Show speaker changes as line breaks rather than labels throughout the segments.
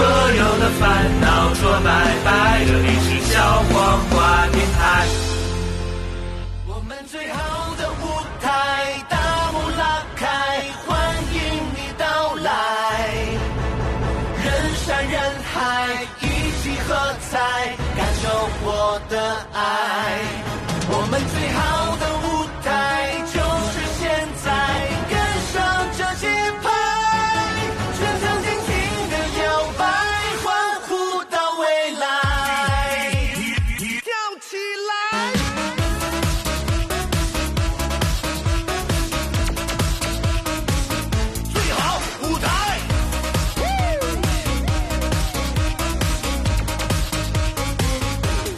的烦恼说拜拜，这里是小黄瓜电台，我们最好的舞台，大幕拉开，欢迎你到来，人山人海，一起喝彩，感受我的爱，我们最好的舞台就是现在，跟上这节拍，全场尽情的摇摆，欢呼到未来，跳起来！最好舞台。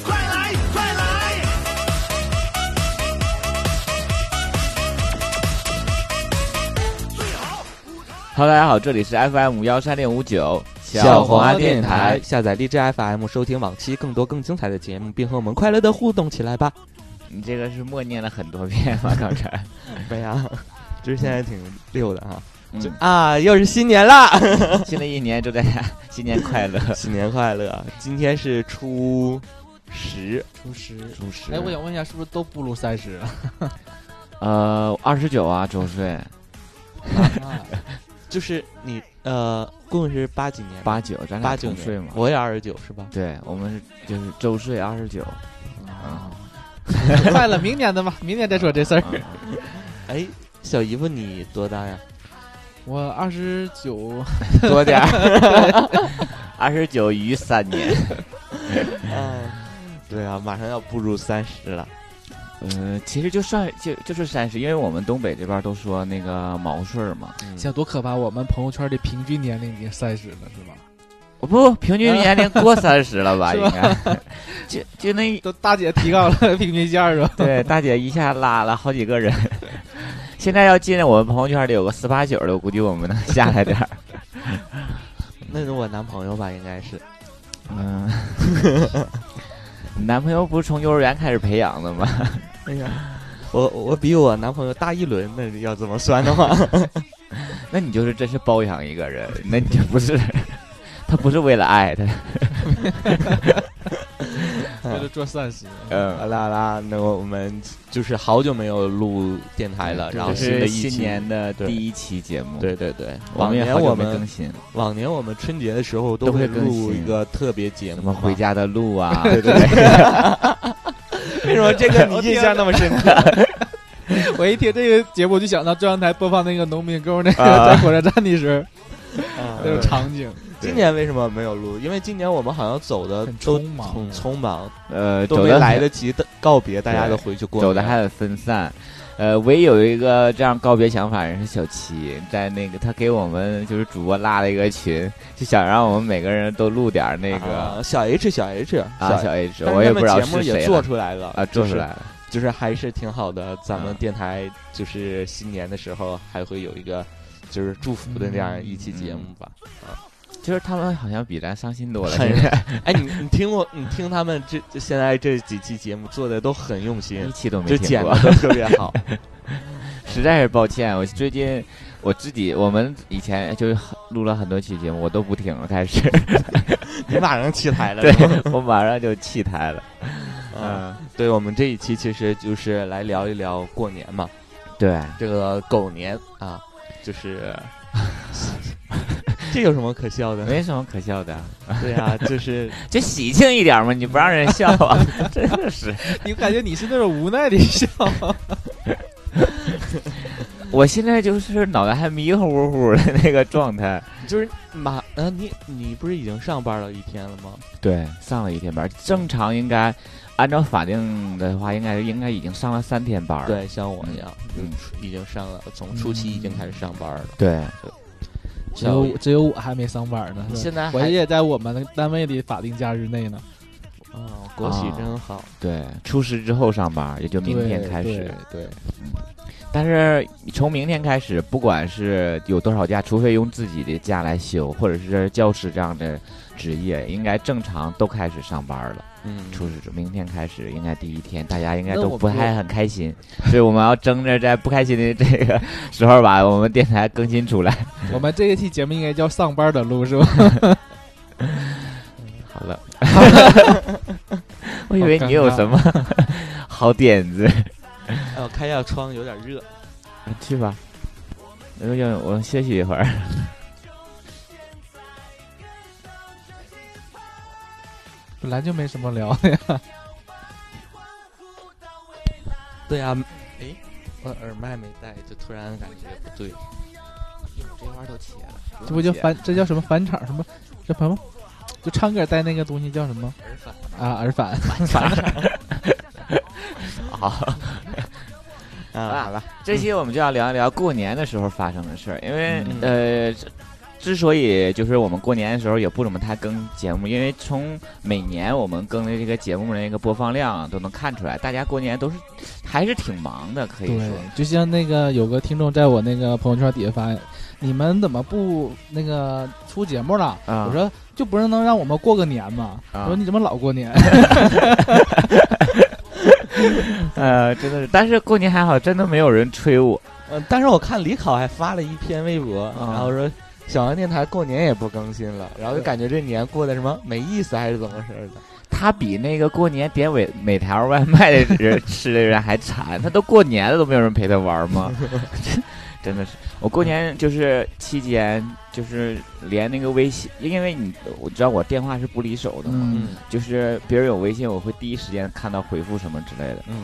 快来快来！最好舞台。
Hello，大家好，这里是 FM 幺三六五九
小黄
鸭
鸭电台
台，
下载荔枝 FM 收听往期更多更精彩的节目，并和我们快乐的互动起来吧。
你这个是默念了很多遍吗？ 刚才，
没啊，就是现在挺溜的哈、
嗯，
啊，又是新年 啦！
新的一年祝大家新年快乐。
新年快乐！啊今天是初十，
初十。
主持
哎，我想问一下，是不是都步入三十啊了？
呃二十九啊周岁
就是你呃，共是八几年？
八九，咱俩
八九
同岁
年
嘛，
我也二十九是吧？
对我们是就是周岁二十九，
啊， 快了，明年的吧，明年再说这事儿。
哎，小姨夫你多大 呀？
我二十九，
多点儿， 二十九余三年。
啊，对啊，马上要步入三十了。
呃，其实就算就就是三十，因为我们东北这边都说那个毛岁儿嘛，
想多可怕！我们朋友圈的平均年龄已经三十了，是吧？
哦不，平均年龄过三十了 吧？
是
应
吧
该，就就那
都大姐提高了 平均线儿 是吧？
对大姐一下拉了好几个人， 现在要进我们朋友圈里有个四八九的，我估计我们能下来点儿。
那是我男朋友吧，应该是。
嗯，你 男朋友不是从幼儿园开始培养的吗？
哎呀，我我比我男朋友大一轮，那要怎么算的话，
那你就是真是包养一个 人，那你就不是，他不是为了爱他，
这 就做三十。
嗯
好。啦好啦，那我们就是好久没有录电台了，然后
这嗯是
新的一期
新年的
对
第一期节目，，
对对对，
我
往
们也
年
好久
我
没更
们
新，
往年我们春节的时候
都
会
会更
录
新
一个特别节
什
目
么
嘛，
回家的路 啊，
对对 为什么这个你印象那么 深刻？
我一听这个节目，我就想到中央台播放那个农民工那个
啊
在火车站的时候
嗯
啊
那种场景，
今年为什么没有录？因为今年我们好像走的
很
都
匆忙
很匆忙，
呃，
都
走
没
的
来得及的告别，大家
对
都回去过
走的
年
还很分散。呃，唯一有一个这样告别想法的人是小七，在那个他给我们就是主播拉了一个群，就想让我们每个人都录点儿那个
啊小 H 小 H
啊小 H，
但
我
是
也
他
不
们
知道
节目
是
也
谁
做
了
出来了
啊，做出
就是
来了，
就是还是挺好的。咱们
嗯
电台就是新年的时候还会有一个就是祝福的那样一期节目吧。
就是他们好像比咱伤心多了，
很
现在
哎，你你听过？你听他们这这现在这几期节目做的都很用
一
心，
期都没
就
听
剪
过
的，都特别 好。
实在是抱歉，我最近我自己我们以前就是录了很多期节目，我都不听了，开始，
你马上起台了，
对
是吧
我马上就弃台了，
嗯，
嗯，
对我们这一期其实就是来聊一聊过年嘛，
对，
这个狗年啊，就是。 这有什么可笑的？
没什么可笑的，
对啊，就是
就喜庆一点嘛，你不让人笑 啊，真的是。
你感觉你是那种无奈的笑，
我现在就是脑袋还迷糊糊糊的那个状态。
就是马啊，你你不是已经上班了一天了吗？
对，上了一天班，正常应该按照法定的话，应该应该已经上了三天班了。
对，像我一样，
嗯
就初已经上了，从初期已经开始上班了。
对，
只有只有我还没上班呢。
现在
嗯我
还
也在我们单位的法定假日内呢。
啊，国企真好。
对，初十之后上班，也就明天
对
开始。
对，
但是从明天开始，不管是有多少假，除非用自己的假来休，或者是教师这样的职业，应该正常都开始上班了。
嗯，
初十之明天开始，应该第一天，大家应该
那
都
我
不
不
太很开心，所以我们要争着在不开心的这个时候把我们电台更新出来。
我们这一期节目应该叫上班的路是吧？
我以为你有什么好点子，
哎，我开一下窗，有点热。
去吧。我要我休息一会儿。
本来就没什么聊的呀。
对呀、哎，我耳麦没带，就突然感觉不对。这花都切了，
这不叫返，这叫什么返场什么？这什么？就唱歌带那个东西叫什么
耳返。
啊？耳返。
好，
啊，好了，
这期我们就要聊一聊过年的时候发生的事儿，因为、
嗯
呃。这之所以就是我们过年的时候也不怎么太更节目，因为从每年我们更的这个节目的那个播放量啊都能看出来，大家过年都是还是挺忙的，可以
对
说。，
就像那个有个听众在我那个朋友圈底下发，你们怎么不那个出节目了？
啊
我说就不是能让我们过个年吗？
啊
我说你怎么老过年？
呃，真的是，但是过年还好，真的没有人催我。
嗯，但是我看李考还发了一篇微博，
啊
然后说小王电台过年也不更新了，然后就感觉这年过得什么没意思还是怎么回事儿的。
他比那个过年点尾每条外卖的人吃的人还惨，他都过年了都没有人陪他玩吗？真的是，我过年就是期间就是连那个微信，因为你我知道我电话是不离手的嘛，
嗯，
就是别人有微信我会第一时间看到回复什么之类的。
嗯，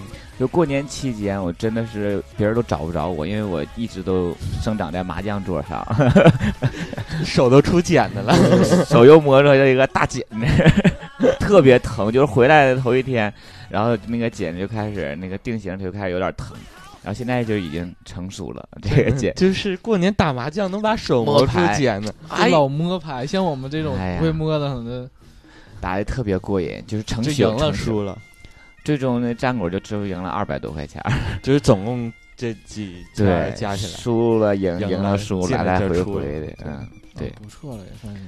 就过年期间，我真的是别人都找不着我，因为我一直都生长在麻将桌上，
嗯 手都出茧的了。。
手又磨出了一个大茧子， 特别疼。就是回来的头一天，然后那个茧就开始那个定型，就开始有点疼。然后现在就已经成熟了， 这个茧
就是过年打麻将能把手磨出
摸牌
茧呢，
就老摸牌，像我们这种
哎哎呀
不会摸的，可能
打的特别过瘾，就是成
就
宿
赢了
成宿
输了，
最终那战果就只有赢了二百多块钱 儿，
就是总共这几家加起来。
输了赢，
赢
赢
了
了输，
进
来来
了就
回
出了
回的，嗯。对
啊不错了，也算是。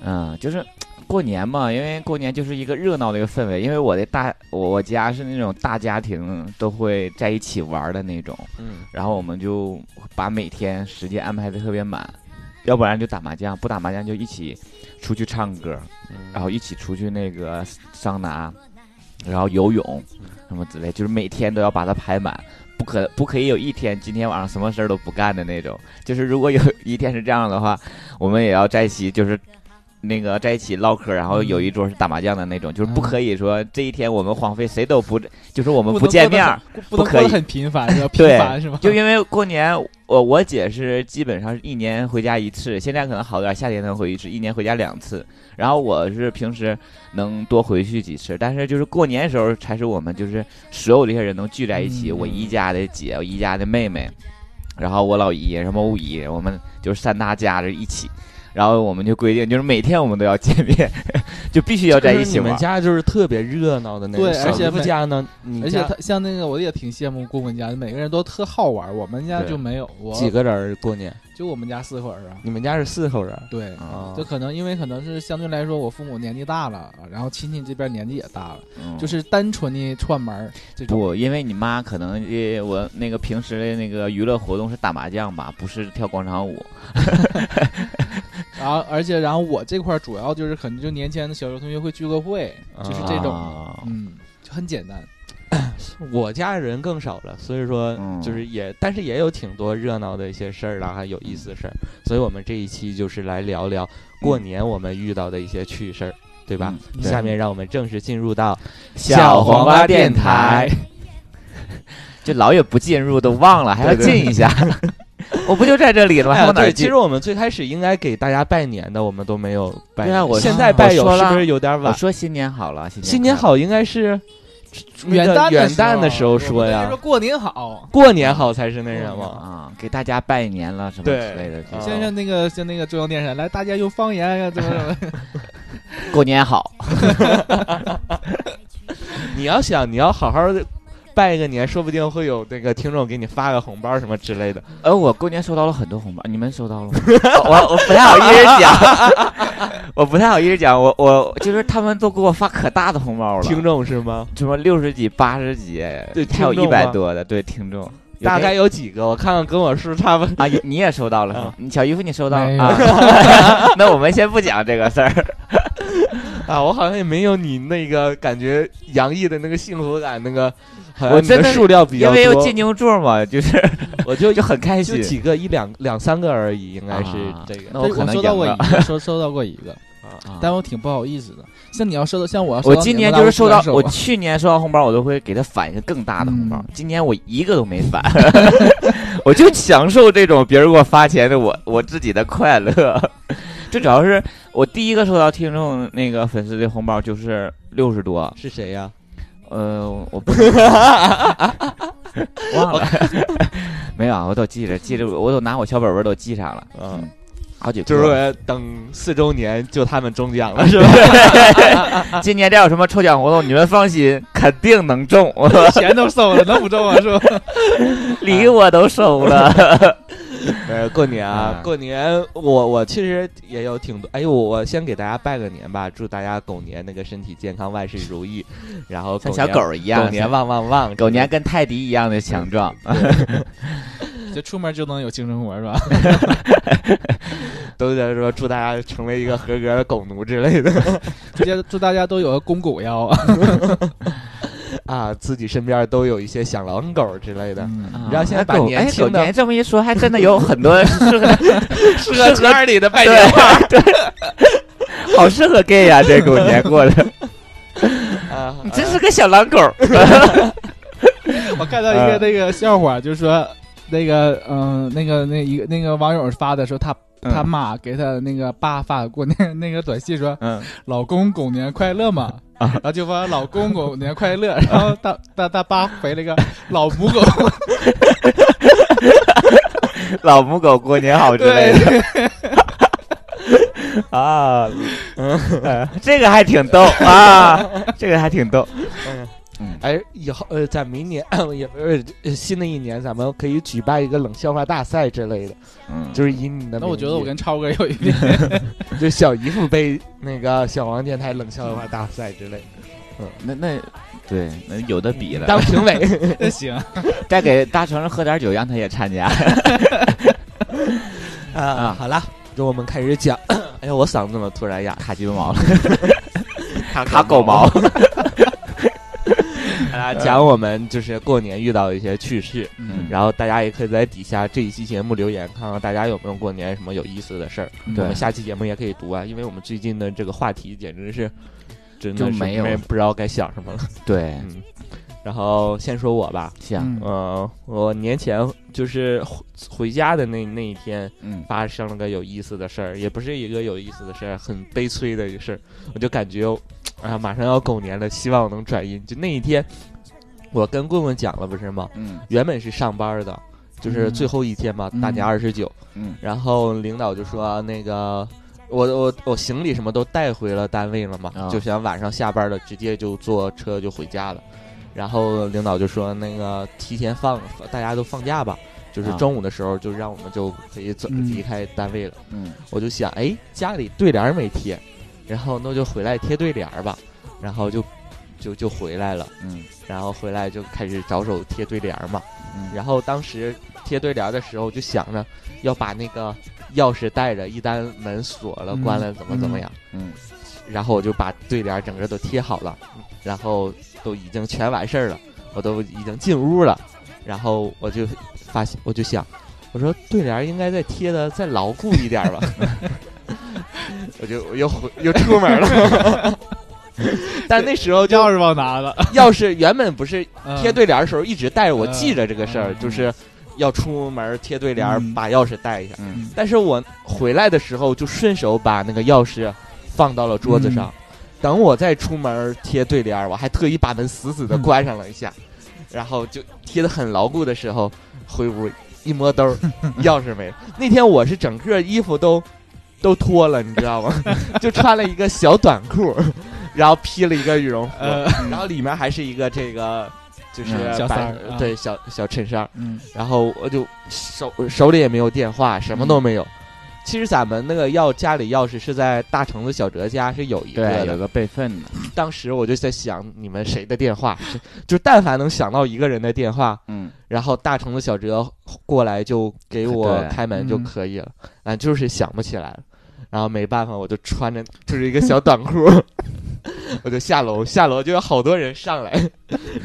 嗯，就是过年嘛，因为过年就是一个热闹的一个氛围。因为我的大我我家是那种大家庭都会在一起玩的那种，
嗯，
然后我们就把每天时间安排的特别满，要不然就打麻将，不打麻将就一起出去唱歌，
嗯
然后一起出去那个桑拿，然后游泳什么之类，就是每天都要把它排满。不可不可以有一天今天晚上什么事儿都不干的那种，就是如果有一天是这样的话，我们也要在一起，就是那个在一起唠嗑，然后有一桌是打麻将的那种，就是不可以说这一天我们荒废，谁都不就是我们
不
不
能
见
过得
面
很
儿，
不能
不
过
可
得
以
很频 繁是吧？频
对
繁是吧？
就因为过年，我我姐是基本上是一年回家一次，现在可能好点儿，夏天能回去一次，一年回家两次。然后我是平时能多回去几次，但是就是过年的时候才是我们就是所有这些人能聚在一起，
嗯
我姨家的姐，我姨家的妹妹，然后我老姨，什么我姨，我们就是三大家子一起。然后我们就规定，就是每天我们都要见面， 就必须要在一
就是
起
你
玩
们。家就是特别热闹的那种，
对而且
小姨夫
每
家呢，你
而且
家
他像那个，我也挺羡慕公公家，每个人都特好玩儿，我们家
对
就没有，我
几个人儿过年？
就我们家四口人啊。
你们家是四口人儿
对，
嗯
啊？
就可能因为可能是相对来说，我父母年纪大了，然后亲戚这边年纪也大了，
嗯
就是单纯的串门儿这种。
不，因为你妈可能呃，我那个平时的那个娱乐活动是打麻将吧，不是跳广场舞。
然后而且然后我这块儿主要就是可能就年前的小学同学会聚个会，就是这种，
啊
嗯，就很简单。
我家人更少了，所以说
嗯
就是也，但是也有挺多热闹的一些事儿啦，还有意思的事儿。所以我们这一期就是来聊聊过
嗯
年我们遇到的一些趣事儿，对吧？
嗯
下面让我们正式进入到
小黄
蛙
蛙电台，就老也不进入都忘了，还要
对对
进一 下。我不就在这里了吗？还
哎
往哪
对，
儿
其
进
实？我们最开始应该给大家拜年的，我们都没有拜年。
对啊我
现在拜有是不是有点
我
晚？
说新年好了，新年
新年
快
好应 该是那个
元旦
元旦的
的
时候
说
说呀
说，过年
啊
好。
过年好才是那什
乐
么。
啊，给大家拜年了什么
对
之类的。
啊
像像那个像那个中央电视台，来大家用方言呀，怎么怎么。
过年好，嗯
你要想，你要好好地拜个年，说不定会有那个听众给你发个红包什么之类的。
呃，我过年收到了很多红包，你们收到了吗？我我不太好意思讲，我不太好意思讲，我我就是他们都给我发可大的红包了，
听众是吗？
什么六十几、八十几，
对
还有
听
一
众吗
百多的，对听众，有
大
这
概有几个？我看看跟我数差不多。
啊，也你也收到
啊
啊了是吗？你小姨夫你收到
没
了
有
啊？那我们先不讲这个事儿，
啊，我好像也没有你那个感觉洋溢的那个幸福感，那个好像
我
你的
真的
数量比
因
较
为有
多，
金牛座嘛，就是
我就
就很开心
就。几个一两两三个而已，应该是
啊
这个
那 我可能
收到
赢
过一
了。
个，收收到过一个，
啊
但我挺不好意思的。像你要收到，像我要收
我
到
今
你的
年
拉
就是收
出来
到
的时，候
我去年收到红包，我都会给他返一个更大的红包
嗯。
今年我一个都没返， 我就享受这种别人给我发钱的我我自己的快乐。 这主要是我第一个收到听众那个粉丝的红包就是六十多，
是谁呀？
呃，我不 忘了， 没有啊，我都记着，记着，我都拿我小本本都记上了，
嗯，
好几个。
就是说等四周年就他们中奖了
啊
是吧？
今年再有什么抽奖活动，你们放心，肯定能 中。
啊 钱都收了，能不中吗？啊是吧？
礼我都收 了，
呃，过年
啊，
啊过年我我其实也有挺多，哎呦，我先给大家拜个年吧，祝大家狗年那个身体健康，万事如 意，然后
像
狗
小
年
狗儿一样。
狗年旺旺旺，
狗年跟泰迪一样的强壮，
就出门就能有性生活是吧？
都在说祝大家成为一 个合格的狗奴之类的
祝大家祝大家都有个公狗腰啊！
啊，自己身边都有一些小狼狗之类的。 你知道现在
啊
把
狗
年
哎
轻
狗
的
年这么一说，还真的有很 多适合
适
合
圈儿里的拜
对
年话
好适合 gay 呀、这狗年过的，
啊
你真是个小狼狗。
我看到一个那个笑话，就是说那个嗯，那个那一个那个网友发的，说他
嗯
他妈给他那个爸发过 那那个短信说
嗯，：“
老公狗年快乐嘛。”然后就发“老公狗年快乐”，然后他他他爸回了一个“老母狗
老母狗过年好之类的。 啊，嗯 这个还挺逗啊，这个还挺逗。
哎，以后呃，在明年也不是呃新的一年，咱们可以举办一个冷笑话大赛之类的，
嗯，
就是以你”。的。
那我觉得我跟超哥有一拼。
就小姨夫杯那个小王电台冷笑话大赛之类，
那那对，那有的比了。
当评委
那行，
再给大成喝点酒，让他也参加。
啊。好了，那我们开始讲。 哎呀，我嗓子怎么突然哑？
卡鸡巴毛了， 卡狗毛。
啊，讲我们就是过年遇到的一些趣事，
嗯
然后大家也可以在底下这一期节目留言，看看大家有没有过年什么有意思的事儿。我
对
们下期节目也可以读啊，因为我们最近的这个话题简直是真的
就是没有
没人不知道该想什么了。
对，
嗯，然后先说我吧，
行，
嗯、我年前就是回回家的那那一天，
嗯
发生了个有意思的事儿，也不是一个有意思的事儿，很悲催的一个事儿。我就感觉，啊，马上要狗年了，希望我能转阴。就那一天，我跟棍棍讲了，不是吗？
嗯
原本是上班的，就是
嗯
最后一天嘛，
嗯
大年二十九。
嗯
然后领导就说、那个。我我我行李什么都带回了单位了嘛，
啊
就想晚上下班了直接就坐车就回家了。然后领导就说那个提前放，大家都放假吧，就是
啊
中午的时候就让我们就可以走、
嗯
离开单位了。
嗯
我就想，哎，家里对联儿没贴，然后那就回来贴对联儿吧，然后就就就回来了，
嗯
然后回来就开始着手贴对联儿嘛。
嗯，
然后当时贴对联儿的时候，就想着要把那个钥匙带着，一旦门锁了、
嗯
关了，怎么怎么样。
嗯
然后我就把对联儿整个都贴好了，然后都已经全完事儿了，我都已经进屋了，然后我就发现，我就想，我说对联儿应该再贴的再牢固一点儿吧， 我就我又回又出门了。 但那时候就
钥匙忘拿了，
要是原本不是
嗯
贴对联儿的时候一直带着我
嗯
记着这个事儿，
嗯
就是要出门贴对联儿
嗯，
把钥匙带一下。
嗯
但是我回来的时候就顺手把那个钥匙放到了桌子上，
嗯
等我再出门贴对联儿，我还特意把门死死的 关上了一下，然后就贴的很牢固的时候，回屋一摸兜儿， 钥匙没了。那天我是整个衣服都都脱了，你知道 吗？就穿了一个小短裤，然后披了一个羽绒服，
呃，
然后里面还是一个这个。就是
嗯
小
白
衫儿啊
对小小衬衫，
嗯，
然后我就手手里也没有电话，什么都没有。其实咱们那个钥家里钥匙是在大橙子小哲家是有一个
对，有
的。
个备份的，
当时我就在想，你们谁的电话？ 谁就但凡能想到一个人的电话，
嗯
然后大橙子小哲过来就给我
对
开门就
嗯
可以 哎了。啊，就是想不起来了。然后没办法，我就穿着就是一个小短裤，我就下楼，下楼就有好多人上来，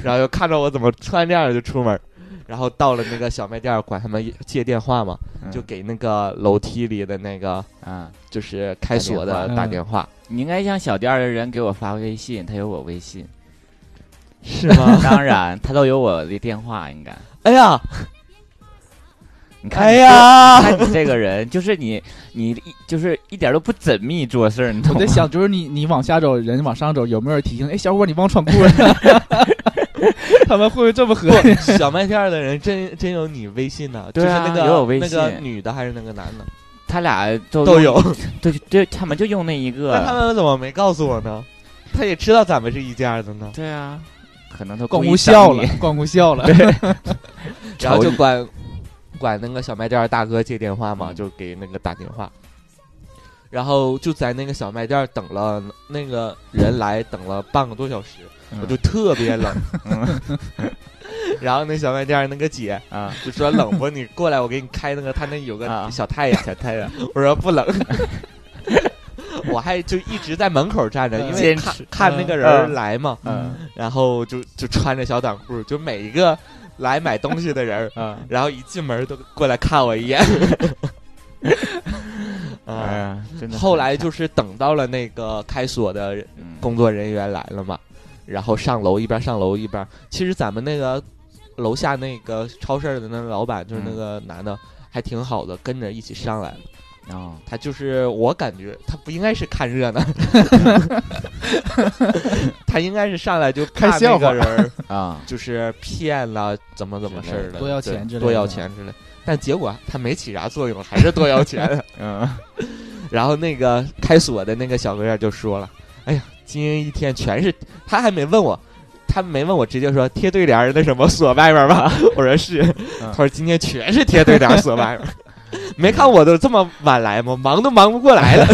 然后又看着我怎么穿这样就出门，然后到了那个小卖店儿，管他们借电话嘛，
嗯
就给那个楼梯里的那个
啊，
就是开锁的打
嗯
打
电
电
话，
你应该让小店儿的人给我发微信，他有我微信，
是吗？
当然他都有我的电话，应该。
哎呀，
你看，
哎，呀，
看你这个人，就是你，你一就是一点都不缜密做事儿，你懂
我
吗？
在想，就是你你往下走，人往上走，有没有人提醒？哎，小伙，你忘穿裤了？ 他们会不会这么合计？
不小卖店儿的人真真有你微信呢，
对啊
就是那个
有我微信
那个女的还是那个男的
他俩都
都
用，
有，
对对，他们就用那一
那他
个，
们怎么没告诉我呢？他也知道咱们是一家的呢，
对啊，可能他
光顾
顾
笑了，光顾笑了。
然后
瞅
就
你
管管那个小卖店儿大哥借电话嘛，
嗯
就给那个打电话，然后就在那个小卖店儿等了那个人来等了半个多小时，
嗯
我就特 别冷。 然后那小卖店儿那个姐
啊，
就说：“冷不？你过来，我给你开那个，他那有个
啊
小太阳。
小太阳，
我说：“不冷。” 我还就一直在门口站着，因为
坚
看
持
看那个人儿
嗯
来嘛，
嗯
然后就就穿着小短裤，就每一个来买东西的人儿，
嗯，
然后一进门都过来看我一眼。
哎
啊，
呀，真的很惨。
后来就是等到了那个开锁的
嗯
工作人员来了嘛，然后上楼一边上楼一边，其实咱们那个楼下那个超市的那个老板就是
嗯
那个男的，还挺好的，跟着一起上来了。
哦，
他就是我感觉他不应该是看热闹， 他应该是上来就
看
怕
笑
那个
话
人儿
啊，
就是骗了怎么怎么事儿的，
多要钱之
对
类的
多要钱之类的。但结果啊他没起啥作用，还是多要钱。
嗯，
然后那个开锁的那个小哥儿就说了：“哎呀，今天一天全是……他还没问我，他没问我，直接说贴对联儿那什么锁外面吧。” 我说是，他说今天全是贴对联儿锁外面，没看我都这么晚来吗？忙都忙不过来了。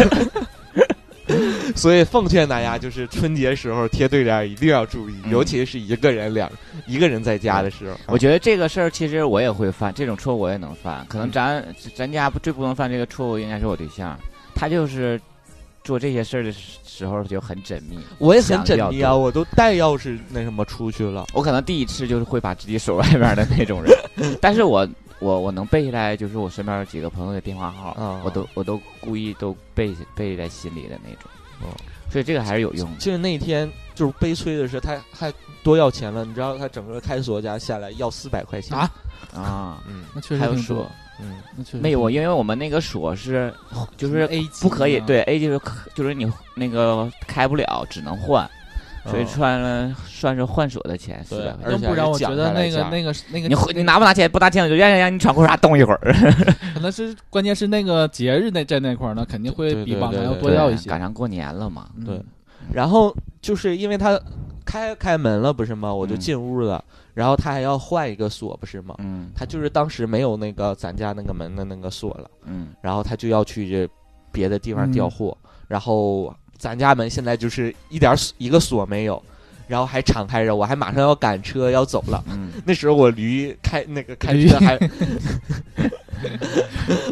所以奉劝大家，就是春节时候贴对联儿一定要注意，
嗯
尤其是一个人两一个人在家的时候。
啊
我觉得这个事儿其实我也会犯，这种错误我也能犯。可
嗯
能咱咱家不最不能犯这个错误，应该是我对象，他就是做这些事儿的时时候就很缜密。
我也很
想
缜
要
密啊，
多
我都带钥匙那什么出去了。
我可能第一次就是会把自己手外边的那种 人，但是我我我能背下来，就是我身边几个朋友的电话号，
啊
我都我都故意都背背在心里的那种。
哦
所以这个还是有用的。
就是那天就是悲催的是，他还多要钱了，你知道他整个开锁家下来要四百块钱
啊！
啊。
嗯
那确
还
实
有
挺多
锁，
嗯，
那确实
没有，
挺
因为我们那个锁是就
多
是
A
不可以
级啊，
对 A 就是可就是你那个开不了，只能换，
嗯哦
所以穿了算是换锁的钱四
对
百块钱。
而且还
要不然
是讲
我觉
下
得
来
那个
讲
那个是那个
你会你拿不拿钱不拿钱，我就愿意让你闯裤衩冻一会儿，
可能是关键是那个节日那在那块儿呢，肯定
对
会比
对
往
对
常要
对
多要一些
赶。上过年了嘛，
嗯
对，然后就是因为他开开门了不是吗？我就
嗯
进屋了，然后他还要换一个锁不是吗？
嗯
他就是当时没有那个咱家那个门的那个锁了，
嗯，
然后他就要去别的地方
嗯
调货，然后咱家门现在就是一点儿锁一个锁没有，然后还敞开着，我还马上要赶车要走 了。
嗯，
那时候我驴开那个开
驴
车还，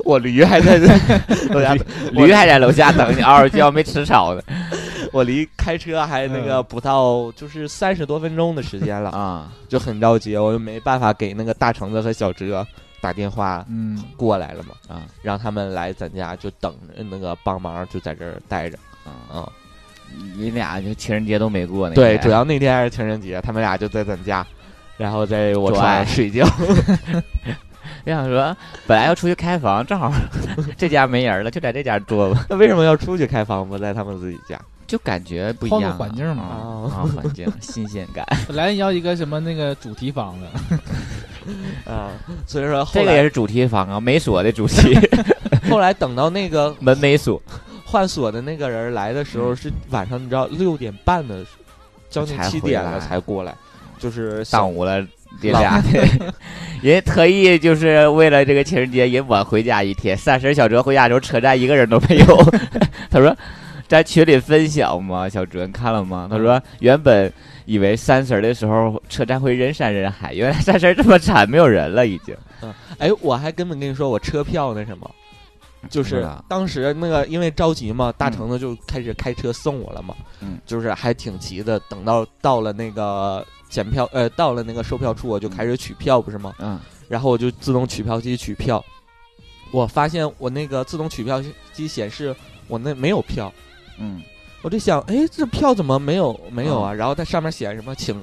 我驴还 在我家，
驴还在楼下等 你，嗷嗷叫，没吃草呢
我离开车还那个不到就是三十多分钟的时间了，
啊，
就很着急，我就没办法给那个大橙子和小哲打电话
嗯，
过来了嘛，
啊
让他们来咱家就等着那个帮忙，就在这儿待着
啊，
啊。
你俩就情人节都没过呢，
对，
应该
主要那天还是情人节，他们俩就在咱家，然后在我
做
床
爱
上睡觉。
我想说，本来要出去开房，正 好这家没人了，就在这家坐吧，
那为什么要出去开房不在他们自己 家？
就感觉不一
换
样
个
了，
环境嘛
啊，啊环境新鲜感，
本来你要一个什么那个主题房的，
啊，所以说后
这个也
来
是主题房啊，没锁的主 题，
后来等到那个
门没锁，
换锁的那个人来的时候是晚上，你知道六点半的时候，将近
才
七点
回
了
来
嗯才过来，就是
耽
想
误了这俩， 人家特意就是为了这个情人节也晚回家一天，三十小哲回家的时候车站一个人都没有， 他说在群里分享嘛，小哲你看了吗？他说原本以为三十的时候车站会人山人海，原来三十这么惨，没有人了已经。
哎，我还根本跟你说我车票那什么，就是
嗯
当时那个因为着急嘛，大橙子就开始开车送我了嘛，
嗯
就是还挺急的。等到到了那个检票，呃，到了那个售票处，我就开始取票，不是吗？
嗯
然后我就自动取票机取票，我发现我那个自动取票机显示我那没有票，
嗯
我就想，哎，这票怎么没有没有啊？然后它上面写什么，请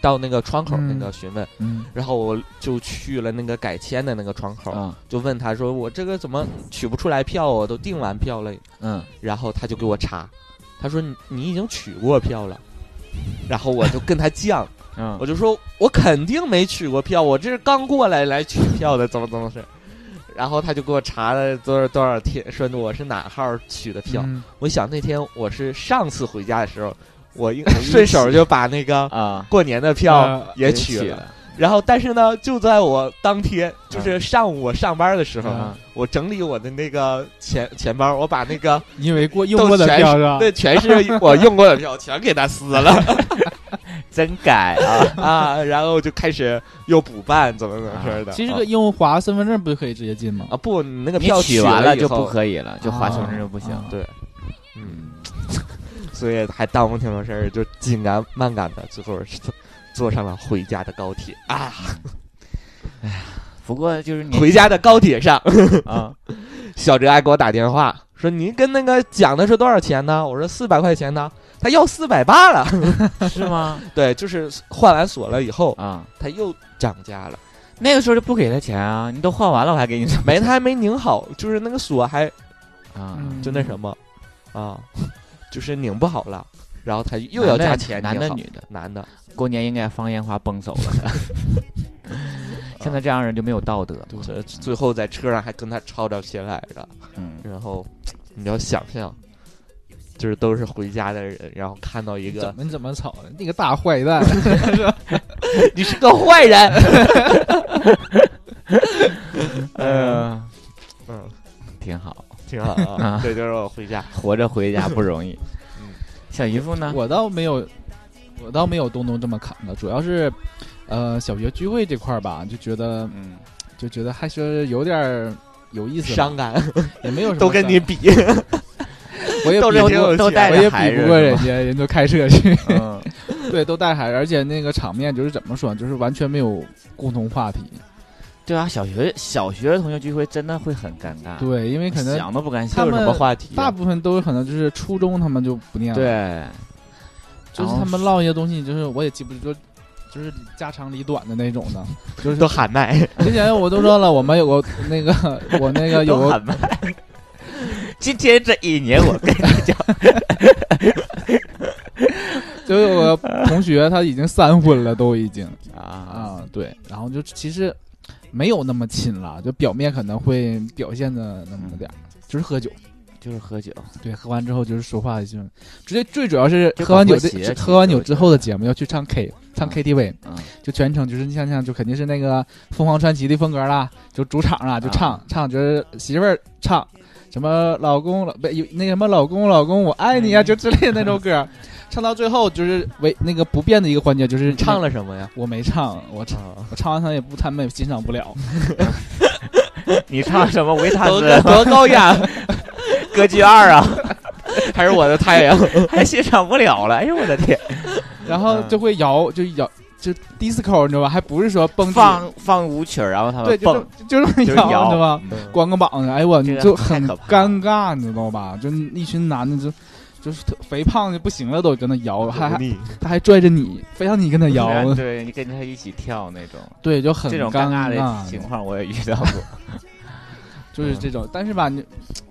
到那个窗口那
嗯
个询问，
嗯
然后我就去了那个改签的那个窗口，
啊
就问他说，我这个怎么取不出来票啊？我都订完票了。
嗯
然后他就给我查，他说你你已经取过票了，然后我就跟他犟，
嗯
我就说我肯定没取过票，我这是刚过来来取票的，怎么怎么是？然后他就给我查了多少多少天，说我是哪号取的 票。
嗯
我想那天我是上次回家的时候，我应顺手就把那个
啊
过年的票
啊
也取了。然后，但是呢，就在我当天，就是上午我上班的时候，
啊
我整理我的那个钱钱包，我把那 个
因为过用过的票是吧？
那全 是我用过的票，全给他撕 了
真改啊
啊！然后就开始又补办，怎么怎么事的。
其实这个用华身份证不就可以直接进吗？
啊不，你那个
你
票
取
完
完
了
了就不
以后，
可以了，就划身份证就不行
啊
了。
对，嗯，
嗯，
所以还耽误挺多事儿，就紧赶慢赶的，最后是坐坐上了回家的高铁啊！
哎不过就是你
回家的高铁上，
啊，
小哲还给我打电话说：“您跟那个讲的是多少钱呢？”我说：“四百块钱呢。”他要四百八了，
是吗？
对，就是换完锁了以后，
啊，
他又涨价了。
那个时候就不给他钱啊，你都换完了，我还给你什么
没，他还没拧好，就是那个锁还
啊？
嗯
就那什么，啊， 就是拧不好了，然后他又要加钱，
男的
拧好
女的，
男的，
过年应该放烟花崩手了。现在这样人就没有道德，
这最后在车上还跟他吵吵起来了，
嗯，
然后你要想象，就是都是回家的人，然后看到一个
怎么你怎么吵的？你个大坏蛋！
你是个 坏人，
呃，
嗯，
挺好，
挺 好啊，这就是我回 家，
活着回家不容易
嗯。
小姨夫呢？
我倒没有，我倒没有东东这么砍的，主要是，呃，小学聚会这块儿吧，就觉得
嗯，
就觉得还是有点儿有意思吧，
伤感
也没有什么
都跟你
伤
比，
我也
都
比
是
不
挺有
都都
钱
带
我也
着孩
比
子
不过人家，人都开车去，
是吧，嗯
对，都带孩子，而且那个场面就是怎么说，就是完全没有共同话题，
对啊，小学小学同学聚会真的会很尴尬，
对，因为可能
想都不敢
他
想。
有
们
什么话题啊？
大部分都可能就是初中他们就不那样，，
对，
就是他们唠一些东西，就是我也记不住，就就是家长里短的那种的，就是
都喊麦，
之前我都说了，我们有个那个， 我那个有
都
个
喊麦。今天这一年，我跟你讲，
就有个同学，他已经三婚了，都已经
啊，
啊，对，然后就其实没有那么亲了，就表面可能会表现的那么点儿，就是喝酒，
就是喝酒，
对，喝完之后就是说话就直接，最主要是
就
喝完酒
搞破
的
鞋
喝完酒之后的节目要去唱 K，唱
啊
KTV，
嗯，
就全程就是你想想，就肯定是那个凤凰传奇的风格啦，就主场
嗯
啦，就唱、唱，就是媳妇儿唱什么老公老不有那什么老公老公我爱你啊，
哎
就之类的那种歌，唱到最后就是为那个不变的一个环节就是
你唱
了，
了什么呀？
我没唱，我唱。
哦
啊，
我唱完他也不，他们也欣赏 不了。
你唱什么维 塔
多
斯
多高雅，
歌剧二啊，
还是我的太阳？
还欣赏不了了。哎呦我的天，
然后就会摇，就摇，就 disco，你知道吧？还不是说 蹦迪，
放放舞曲儿，然后他
对，
们
就
蹦
是，就这么
啊就是
摇，你知道
摇
吧？，光个膀子，哎呦我，
这
你
个
就
太
很
可怕
尴尬，你知道吧？就一群男的就。就是特肥胖的不行了，都跟那摇，还还他还拽着你，非让你跟他摇，
对你跟着他一起跳那种，
对，就很
这种
尴
尴的情况嗯我也遇到过。
就是这种。但是吧，你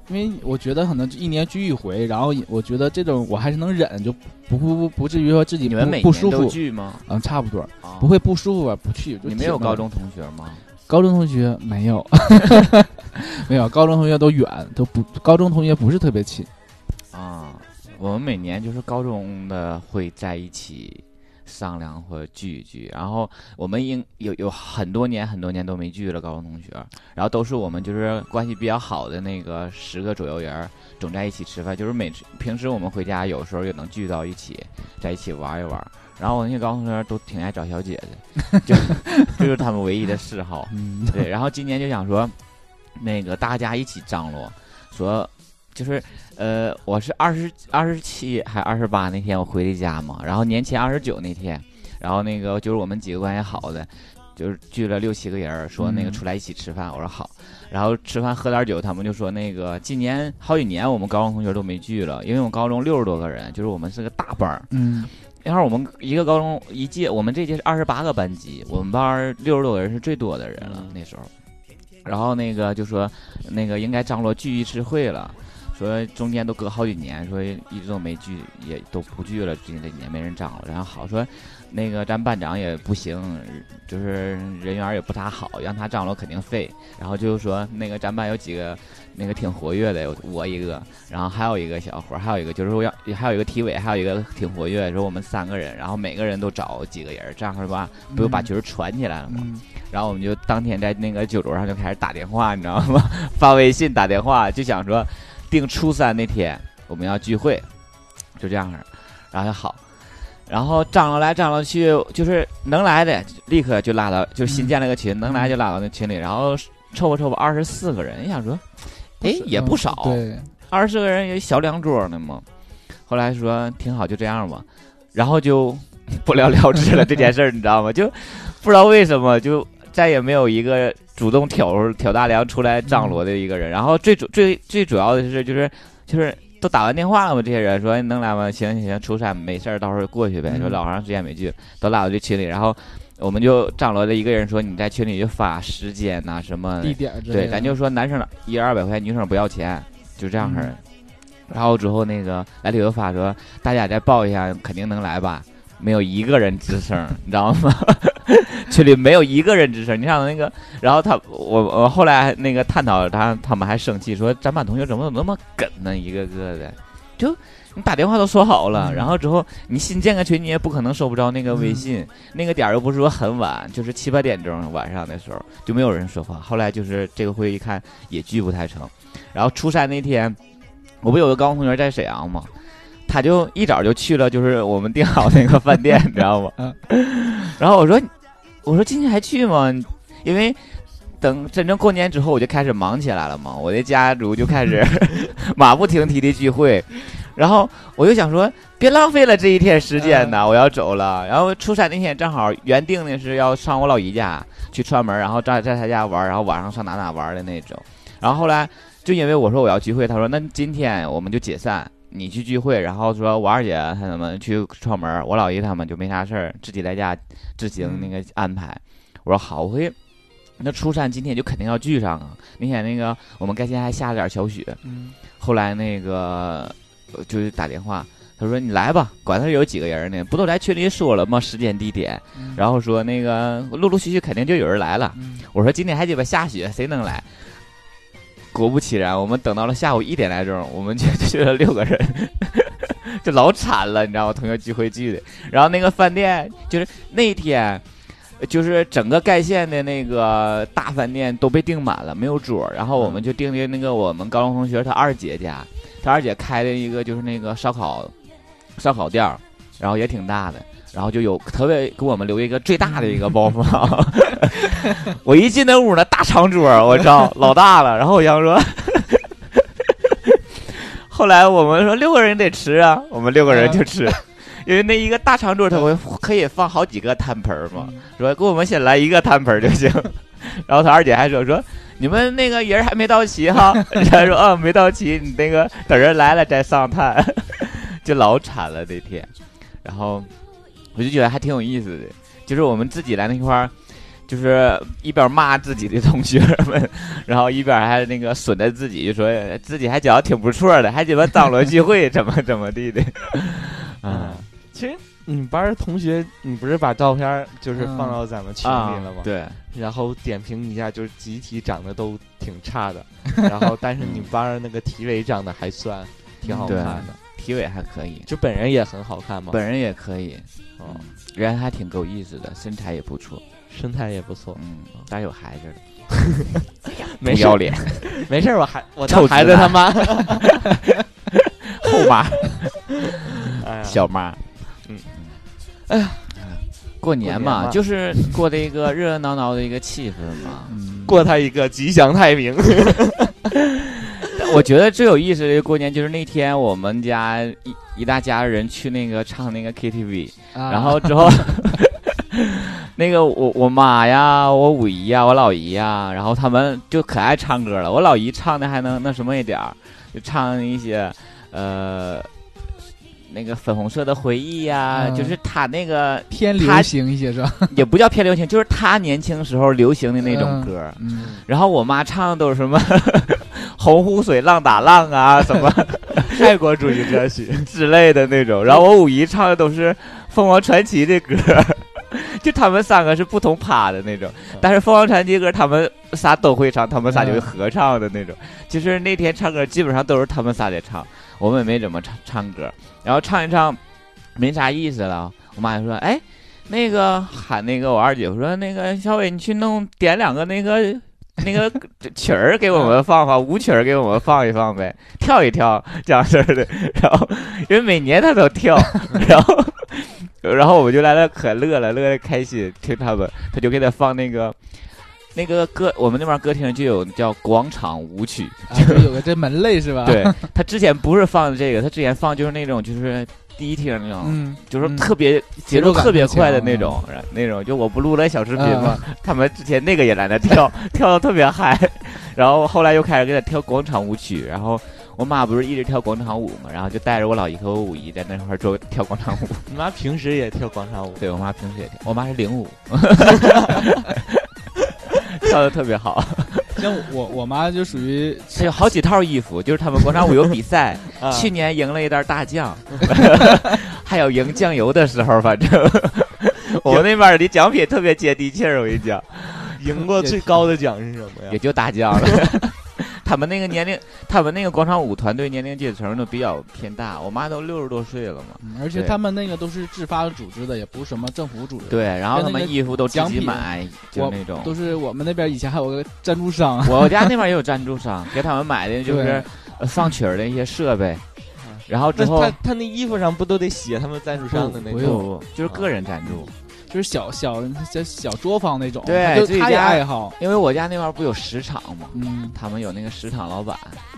因为我觉得可能一年聚一回，然后我觉得这种我还是能忍，就不不不不至于说自己
你
不
们每
不
年
舒
都
服，
聚吗？
嗯，差不多
啊
不会不舒服吧？不去就
你没有
挺好
高中同学吗？
高中同学没有 没有，高中同学都远，都不高中同学不是特别亲，
啊，我们每年就是高中的会在一起商量或者聚一聚，然后我们应有有很多年很多年都没聚了，高中同学，然后都是我们就是关系比较好的那个十个左右人儿总在一起吃饭，就是每次平时我们回家有时候也能聚到一起，在一起玩一玩。然后我那些高中同学都挺爱找 小姐姐，就这就是他们唯一的嗜好。
嗯，
对，然后今年就想说，那个大家一起张罗，说就是呃，我是二十二十七还二十八那天我回的家嘛，然后年前二十九那天，然后那个就是我们几个关系好的，就是聚了六七个人儿，说那个
嗯
出来一起吃饭，我说好，然后吃饭喝点酒，他们就说那个今年好几年我们高中同学都没聚了，因为我们高中六十多个人，就是我们是个大班儿，
嗯
然后我们一个高中一届，我们这届是二十八个班级，我们班六十多个人是最多的人了
嗯
那时候。然后那个就说，那个应该张罗聚一次会了，说中间都隔好几年，说一直都没聚，也都不聚了，最近这几年没人张罗。然后好说，那个咱班长也不行，就是人缘也不咋好，让他张罗肯定废。然后就说那个咱班有几个那个挺活跃的，有我一个，然后还有一个小伙儿，还有一个就是我要还有一个体委，还有一个挺活跃，说我们三个人，然后每个人都找几个人，这样的话不就把局儿传起来了吗？
嗯
然后我们就当天在那个酒桌上就开始打电话，你知道吗？ 发微信打电话，就想说定初三那天我们要聚会，就这样式儿，然后就好。然后张罗来张罗去，就是能来的立刻就拉到，就新建了个
嗯
群，能来就拉到那群里，然后凑合凑合二十四个人，你想说，哎
是嗯
也不少，
对，
二十个人也小两桌呢嘛。后来说挺好，就这样吧，然后就 不了了之了这件事儿，你知道吗？就不知道为什么，就再也没有一个主动挑挑大梁出来张罗的一个人。然后最主最最主要的是，就是就是都打完电话了嘛，这些人说能来吗？行行行，初三没事儿，到时候过去呗。
嗯
说老长时间没聚，都拉到这群里，然后我们就张罗了一个人说你在群里就发时间呐、什么
地点之类的
哎对，咱就说男生一人二百块，女生不要钱，就这样式儿。
嗯
然后之后那个来旅游法说，大家再报一下，肯定能来吧？没有一个人吱声儿，你知道吗？ 群里没有一个人吱声儿。你想那个，然后他我我后来那个探讨他，他们还生气说，咱班同学怎么怎么那么梗呢？一个个的，就你打电话都说好了，
嗯
然后之后你新建个群，你也不可能收不着那个微信，那个点儿又不是说很晚，就是七八点钟晚上的时候就没有人说话。后来就是这个会一看也聚不太成，然后初三那天，我不有个高中同学在沈阳嘛，他就一早就去了，就是我们订好那个饭店，你知道吗？ 然后我说，我说今天还去吗？因为等真正过年之后，我就开始忙起来了嘛，我的家族就开始马不停蹄的聚会，然后我就想说，别浪费了这一天时间呐，我要走了。然后初三那天正好原定的是要上我老姨家去串门，然后在在她家玩，然后晚上上哪哪玩的那种。然后后来就因为我说我要聚会，他说那今天我们就解散，你去聚会，然后说我二姐他们去串门，我老姨他们就没啥事儿，自己在家自行那个安排。我说好，我会。那初三今天就肯定要聚上啊！那天那个我们该县还下了点小雪，
嗯
后来那个呃就是打电话，他说你来吧，管他有几个人呢，不都来群里说了吗？时间地点，
嗯
然后说那个陆陆续续肯定就有人来了。
嗯
我说今天还鸡巴下雪，谁能来？果不其然，我们等到了下午一点来钟，我们就 去了六个人，就老惨了，你知道吗？同学聚会聚的，然后那个饭店就是那一天，呃就是整个盖县的那个大饭店都被订满了，没有桌儿，然后我们就订的那个我们高中同学他二姐家，他二姐开的一个就是那个烧烤烧烤店儿，然后也挺大的，然后就有特别给我们留一个最大的一个包房。 我一进那屋呢，大长桌，我操，老大了。然后我想说， 后来我们说六个人得吃啊，我们六个人就吃，因为那一个大长桌它会可以放好几个摊盆儿嘛，
嗯
说给我们先来一个摊盆儿就行。 然后他二姐还说说。你们那个人还没到齐哈，人家说啊没到齐，你那个等人来了再上炭， 就老惨了那天。然后我就觉得还挺有意思的，就是我们自己来那块儿，就是一边骂自己的同学们， 然后一边还那个损着自己，就说哎自己还觉得挺不错的，还鸡巴张罗聚会，怎么怎么地的， 啊
其实你班儿同学，你不是把照片儿就是放到咱们群
啊
里了吗？
对，
然后点评一下，就是集体长得都挺差 的，然后但是你班儿那个体委长得还算挺好看的，
体委还可以，
就本人也很好看嘛，
本人也可以，
哦，
人还挺够意思的，身材也不错，
身材也不错，
嗯，但是有孩子了，
没
不
事
要 脸，
没事儿，我还我
臭
当
直
孩子他妈，
后妈
哎 呀
小妈，
嗯，
哎呀，过年
过年
嘛，
嘛
就是过的一个热热闹闹的一个气氛嘛。
嗯
过他一个吉祥太 平。
我觉得最有意思的过年就是那天我们家一一大家人去那个唱那个 KTV，
啊
然后之后， 那个我我妈呀，我五姨呀，我老姨呀，然后他们就可爱唱歌了。我老姨唱的还能那什么一点儿，就唱一些呃那个粉红色的回忆呀，
嗯
就是她那个
偏流
他
行一些是吧？
也不叫偏流行，就是她年轻时候流行的那种
嗯
歌儿。
嗯，
然后我妈唱的都是什么 洪湖水浪打浪啊，什么 爱国主义歌曲 之类的那种。然后我五姨唱的都是凤凰传奇的歌， 就他们三个是不同趴的那种。但是凤凰传奇歌他们仨都会唱，他们仨就会合唱的那种。就是那天唱歌基本上都是他们仨在唱，我们也没怎么唱唱歌。然后唱一唱，没啥意思了。我妈就说：“哎。”那个喊那个我二姐夫说那个小伟你去弄点两个那个 那个曲儿给我们放放，舞曲儿给我们放一放呗，跳一跳这样式儿的。然后因为每年他都跳， 然后然后我们就来了，可乐了，乐得开心，听他们，他就给他放那个。那个歌，我们那边歌厅就有叫广场舞曲，
啊就有个这门类是吧？，
对他之前不是放的这个，他之前放就是那种就是第一厅那种，
嗯，
就是
嗯
特别节奏特别快的那种，然那种就我不录了小视频嘛，
啊
他们之前那个也在那跳， 跳的特别嗨， 然后后来又开始给他跳广场舞曲，然后我妈不是一直跳广场舞嘛，然后就带着我老姨和我五姨在那块儿做跳广场舞，
你妈平时也跳广场舞，
对我妈平时也跳，我妈是领舞， 跳的特别好，
像我我妈就属于
她有好几套衣服，就是他们广场舞有比 赛，
啊
去年赢了一袋大 酱，还有赢酱油的时候，反正我们那边儿的奖品特别接地气儿。我跟你讲，
赢过最高的奖是什么
也
呀？
就大酱了。 他们那个年龄，他们那个广场舞团队年龄阶层都比较偏大。我妈都六十多岁了嘛。
嗯而且
对
他们那个都是自发组织的，也不是什么政府组织的。
对，然后他
那个
们衣服都自
奖
己
品
买，就那种。
都是我们那边以前还有个赞助商，
我家那边也有赞助商， 给他们买的就是
对嗯
呃放曲儿的一些设备
啊，
然后之
那
后
他他那衣服上不都得写他们赞助商的那
不
种？
不
哦
不就是个人赞助。
就是小小小小作坊那种，
对
他就
自己
他也
家
爱好，
因为我家那边儿不有石场嘛，
嗯，
他们有那个石场老板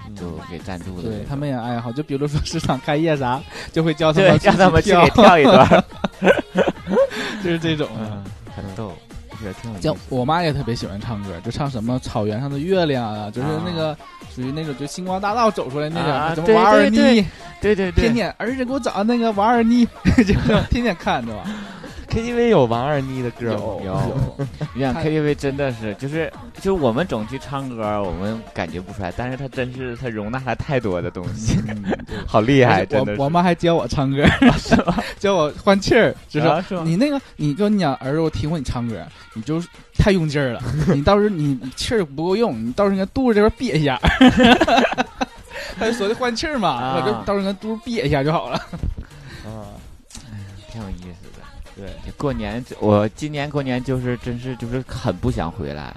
嗯
就给赞助的那种，
对他们也爱好，就比如说市场开业啥，就会叫他
对
们
让他们去
跳
给，跳一段 儿，
就是这种。
嗯，很逗，也挺有意思
像我妈也特别喜欢唱歌，就唱什么《草原上的月亮》啊，就是那个属于那种就星光大道走出来
啊
那种，什
对
么瓦尔
对
妮，
对对
天
对，
天儿子给我找那个瓦尔妮， 就是天天看着吧。
KTV 有王二妮的歌吗？
有你想 KTV 真的是就是就是我们总去唱歌儿，我们感觉不出来，但是他真是他容纳了太多的东西， 好厉害，
嗯而且
真的
我我
是。
妈还教我唱 歌，教我换气儿，就
啊
说
是吗
你那个，你跟你讲，儿子，我听过你唱歌，你就是太用 劲儿了，你到时候你气儿不够用，你到时候应该肚子这边憋一下。 他就说的换气儿嘛，
啊
我就到时候跟肚子憋一下就好了。
啊，
挺有意思的。对，过年这我今年过年就是真是就是很不想回来，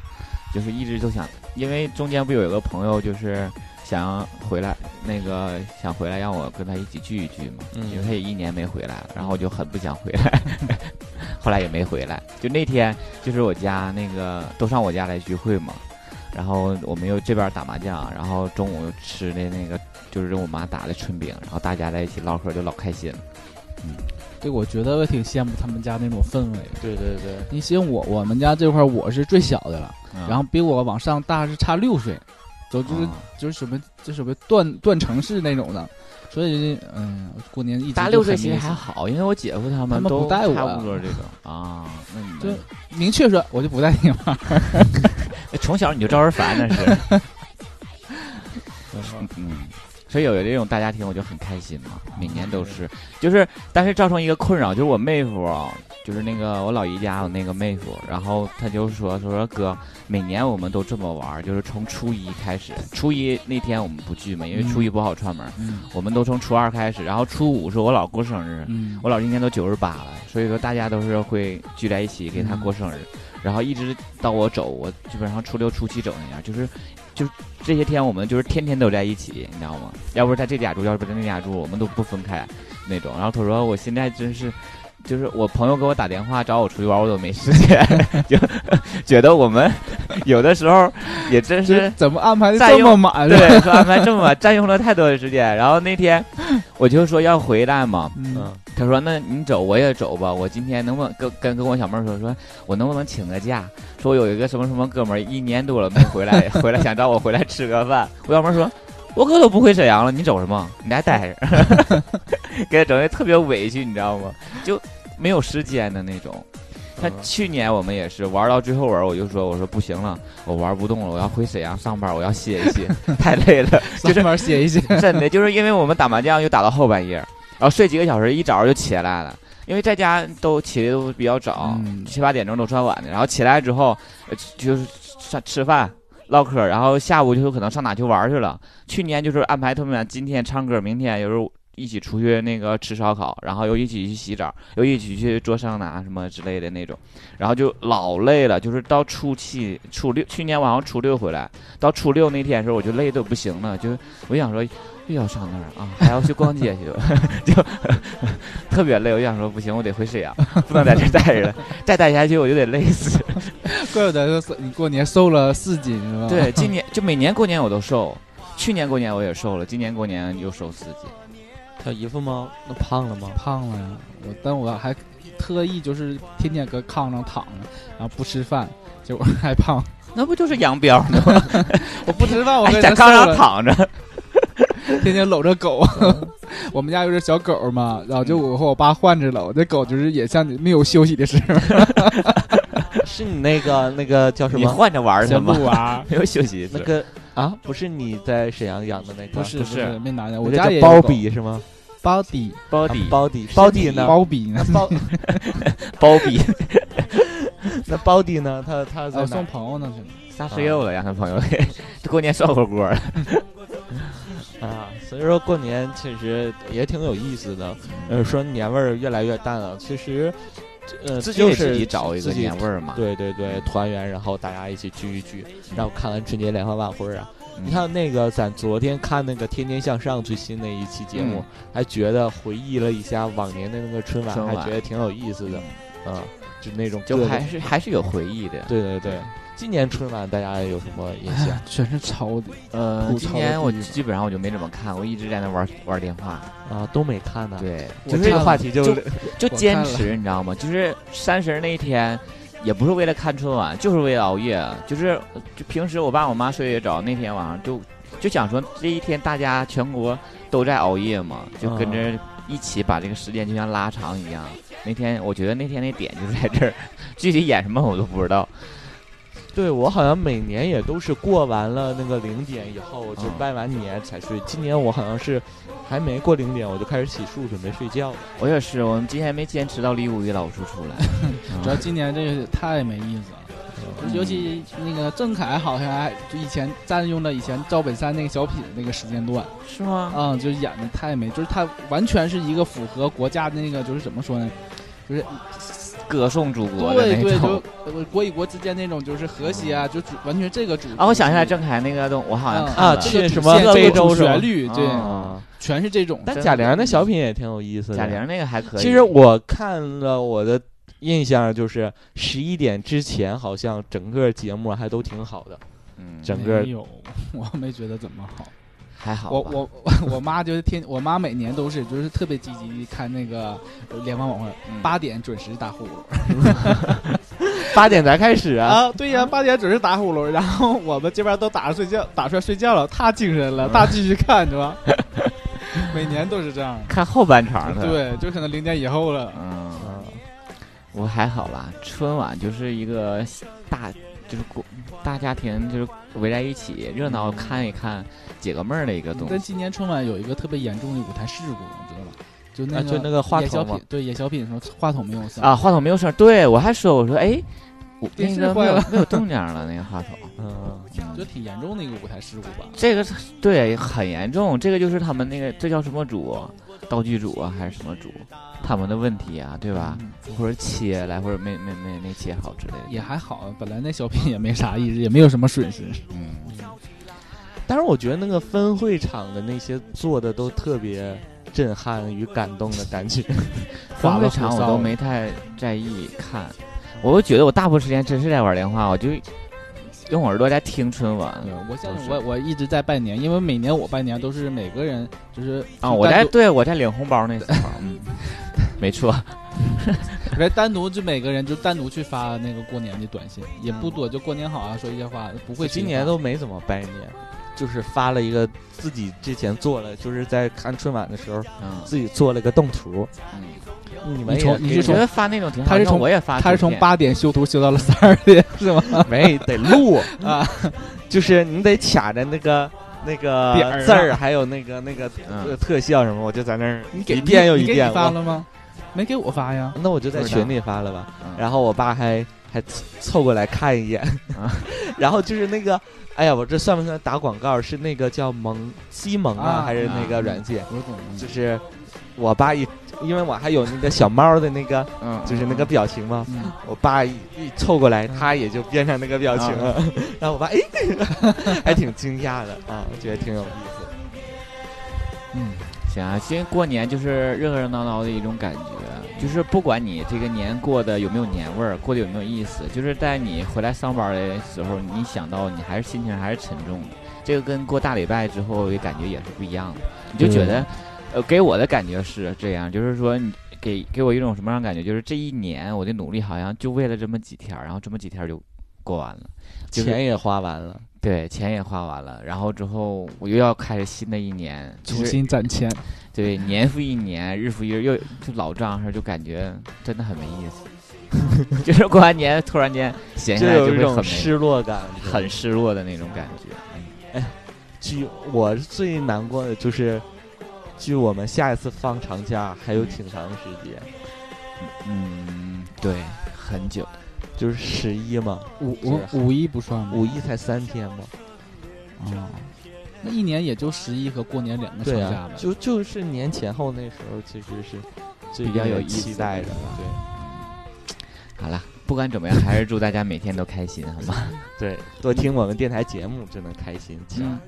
就是一直都想，因为中间不有一个朋友就是想回来，那个想回来让我跟他一起聚一聚嘛，
嗯
因为他也一年没回来了，然后我就很不想回来， 后来也没回来。就那天就是我家那个都上我家来聚会嘛。然后我们又这边打麻将，然后中午又吃的那个就是我妈打的春饼，然后大家在一起唠嗑就老开心了。
对，我觉得我挺羡慕他们家那种氛围。
对对对，
你像我我们家这块儿我是最小的了，
嗯
然后比我往上大是差六岁，走就是、
啊
就是什么就是什么断断层式那种的，所以嗯，过年一直
大
就
六岁
很
其实
没意思
还好，因为我姐夫他
他
们
们
都
不带我
差不多这种啊。那你
就
们
明确说，我就不带你玩儿。
哎从小你就招人烦，那是嗯。所以有这种大家庭，我就很开心嘛。每年都是，就是但是造成一个困扰，就是我妹夫啊，就是那个我老姨家有那个妹夫，然后他就说说说哥，每年我们都这么玩儿，就是从初一开始，初一那天我们不聚嘛，因为初一不好串门儿，
嗯
我们都从初二开始，然后初五是我老姑生日，
嗯
我老师今年都九十八了，所以说大家都是会聚在一起给他过生日，然后一直到我走，我基本上初六初七走那样，就是就是这些天我们就是天天都在一起，你知道吗？要不是在这家住，要不是在那家住，我们都不分开那种。然后他说我现在真是。就是我朋友给我打电话找我出去玩，我都没时间，就觉得我们有的时候也真
这
是
怎么安排的
再
这
用
么满？是吧，
对，说安排这么晚，占用了太多的时间。然后那天我就说要回来嘛，
嗯，
他说：“那你走，我也走吧。我今天能不能跟跟跟我小妹儿说，说我能不能请个假？说我有一个什么什么哥们儿，一年多了没回来， 回来想找我回来吃个饭。我小妹儿说，我可都不回沈阳了，你走什么？你还待着， 给他整的特别委屈，你知道吗？就没有时间的那种。
嗯
他去年我们也是玩到最后玩，我就说，我说不行了，我玩不动了，我要回沈阳上班，我要歇一歇，太累了。
上面写一写，
真的，就是因为我们打麻将又打到后半夜，然后睡几个小时，一早就起来了。因为在家都起的都比较早，
嗯
七八点钟都算晚的。然后起来之后，呃就是上吃饭、唠嗑，然后下午就有可能上哪去玩去了。去年就是安排特别满，今天唱歌，明天有时候一起出去那个吃烧烤，然后又一起去洗澡，又一起去做桑拿什么之类的那种，然后就老累了。就是到初七、初六，去年晚上初六回来，到初六那天的时候，我就累得不行了，就我就想说又要上那儿啊，还要去逛街去，就 特别累。我就想说不行，我得回沈阳，不能在这儿待着了，再待下去我就得累死。
怪不得说你过年瘦了四斤是吧？
对，今年就每年过年我都瘦，去年过年我也瘦了，今年过年又瘦四斤。
他姨夫吗？那胖了吗？
胖了呀，我但我还特意就是天天搁炕上躺着，然后不吃饭，结果还胖。
那不就是扬膘呢吗？
我不吃饭，我
哎
跟
在
人
炕
家
上躺着，
天天搂着狗。我们家有只小狗嘛，然后就我和我爸换着搂，那狗就是也像你没有休息的时候，
是你那个那个叫什
你
么？
换着玩儿呢
先不
吗？
玩。
没有休息
那
室。
个啊，不是你在沈阳养的那个？
不是
不
不
是
是，没拿下。
那
我
个
家
叫
也有
包
狗
比是吗？
包底
包
包
底
包底包底呢？
包比呢
那，包
包比，
那包底呢？他他在
哦
哪
我送？朋友呢去了。
撒石柚了，让他朋友给过年涮火锅了。
啊，所以说过年其实也挺有意思的。呃，说年味儿越来越淡了，其实呃，
自己
就
给
是
自己找一个
自己
年味儿嘛。
对对对，团圆，然后大家一起聚一聚，然后看完春节联欢晚会啊。
嗯
你看那个，咱昨天看那个《天天向上》最新的一期节目，
嗯
还觉得回忆了一下往年的那个春晚，
春晚
还觉得挺有意思的，嗯，就那种各
就
种
还是还是有回忆的。
对对对。今年春晚大家有什么印象？
全是抄的，
呃，
吐槽
今
的
年我
地方
基本上我就没怎么看，我一直在那玩玩电话。
啊，都没看呢。，
对，
就
我
这
看
个
了
话题就
就就
我
坚
看
持，你知道吗？就是三十那一天，也不是为了看春晚，就是为了熬夜。啊就是呃就平时我爸我妈睡也早，那天晚上就就想说这一天大家全国都在熬夜嘛，就跟着一起把这个时间就像拉长一样。那天我觉得那天那点就在这儿， 具体演什么我都不知道。
对我好像每年也都是过完了那个零点以后，就拜完年才睡。今年我好像是还没过零点，我就开始洗漱准备睡觉了。
我也是，我们今天没坚持到礼五一老叔出来，
主要今年这个太没意思了。就是尤其那个郑恺好像还就以前占用了以前赵本山那个小品那个时间段，
是吗？
啊、就是演的太没，就是他完全是一个符合国家那个，就是怎么说呢？
歌颂祖国的
对
那
对，
种
就。呃国与国之间那种就是和谐啊，就主完全这个主
啊，我想起来郑恺那个东，我好像
嗯
看
啊
了
这个
去
主
什么
线
非
这个主
洲是吧
旋律，对，
啊
啊，嗯
全是这种。
但
真
贾
的
玲那小品也挺有意思的。
贾玲那个还可以。
其实我看了我的印象就是十一点之前，好像整个节目还都挺好的。
嗯
整个
没有， 我没觉得怎么好。
还好
我
吧
我我 妈就是天，我妈每年都是就是特别积极地看那个呃联欢晚会，
嗯
八点准时打呼噜。
八点才开始啊，
啊，对呀、八点准时打呼噜，然后我们这边都打着睡觉，打出来睡觉了，他精神了，他继续看，是 吧？每年都是这 样，
看后半场的。，
对，就可能零点以后了。
嗯，
啊
我还好吧。春晚就是一个大，就是过大家庭，就是围在一起热
嗯
闹看一看，解个闷儿的一个东
但
西。
今年春晚有一个特别严重的舞台事故，你知道吗？就那
啊
个、
就那个话
演小
筒嘛
品，对演小品的时候话筒没有声，
啊，话筒没有声儿，对我还说我说哎，我
电
那
视
个没
坏
有
了
没有动静儿了，那个话筒。
嗯，
就挺严重的一个舞台事故吧。
这个是对很严重，这个就是他们那个这叫什么组，道具组啊还是什么组，他们的问题啊，对吧？
嗯
或者切来，或者没没没没切好之类的。
也还好，本来那小品也没啥意思，也没有什么损失。
嗯，
但是我觉得那个分会场的那些做的都特别震撼与感动的感觉。
分会场我都没太在意看，我就觉得我大部分时间真是在玩电话，我就用耳朵在听春晚啊
嗯我像
都是
我我一直在拜年，因为每年我拜年都是每个人就是
啊！我在
单独
对我在领红包
啊
那时候， 嗯，没错，
不是单独就每个人就单独去发那个过年的短信，也不多，就过年好啊，说一些话，不会
我
去
今年
发
都没怎么拜年，就是发了一个自己之前做了，就是在看春晚的时候
嗯，
自己做了个动图，
嗯
你们
你从
也
你
给
是
我
从
觉得发那种挺好，
他是
因为
从
我也发图片，
他是从八点修图修到了十二 点，是吗？
没得 录
啊，
就是你得卡着那个那个
点儿啊
字儿，还有那个那个
嗯
呃
特特效什么，我就在那儿
你给
一遍又
你
一
给
遍
你发
我。
了吗？没给我发呀，
那我就在
不知道
群里发了吧，
嗯，
然后我爸还还凑凑过来看一眼
嗯
啊，
然后就是那个，哎呀，我这算不算打广告？是那个叫萌西蒙啊，
啊
还是那个软件？
我懂了
嗯
就是我爸一，因为我还有那个小猫的那个，
嗯，
就是那个表情嘛，
嗯
我爸一一凑过来，
嗯
他也就变成那个表情啊了。 然后我爸哎，还挺惊讶的啊，我觉得挺有意思。
嗯，
行啊，其实过年就是热热闹闹的一种感觉，就是不管你这个年过得有没有年味儿，过得有没有意思，就是在你回来上班的时候，你想到你还是心情还是沉重的，这个跟过大礼拜之后的感觉也是不一样的，你就觉得，呃，给我的感觉是这样，就是说你。给给我一种什么样的感觉？就是这一年我的努力好像就为了这么几天儿，然后这么几天儿就过完了，就是
钱也花完了，
对，钱也花完了，然后之后我又要开始新的一年，就是
重新攒钱，
对，年复一年，日复一日，又就老账上就感觉真的很没意思。 就是过完年突然间闲下
就
来就
有一
会
种
很没
失落感。
很失落的那种感觉。
据我最难过的就是，距我们下一次放长假还有挺长时间，
嗯，对，很久。
就是十一嘛，
五
五
五五一不算吗？
五一才三天嘛。
啊，那一年也就十一和过年两个长
对
假
啊
吧，。
就就是年前后那时候其实是最
比较
令
有
人
意
期
思
待
的
的了。
好了，不管怎么样，还是祝大家每天都开心，好吗？
对对，多听我们电台节目就能开心起来。
嗯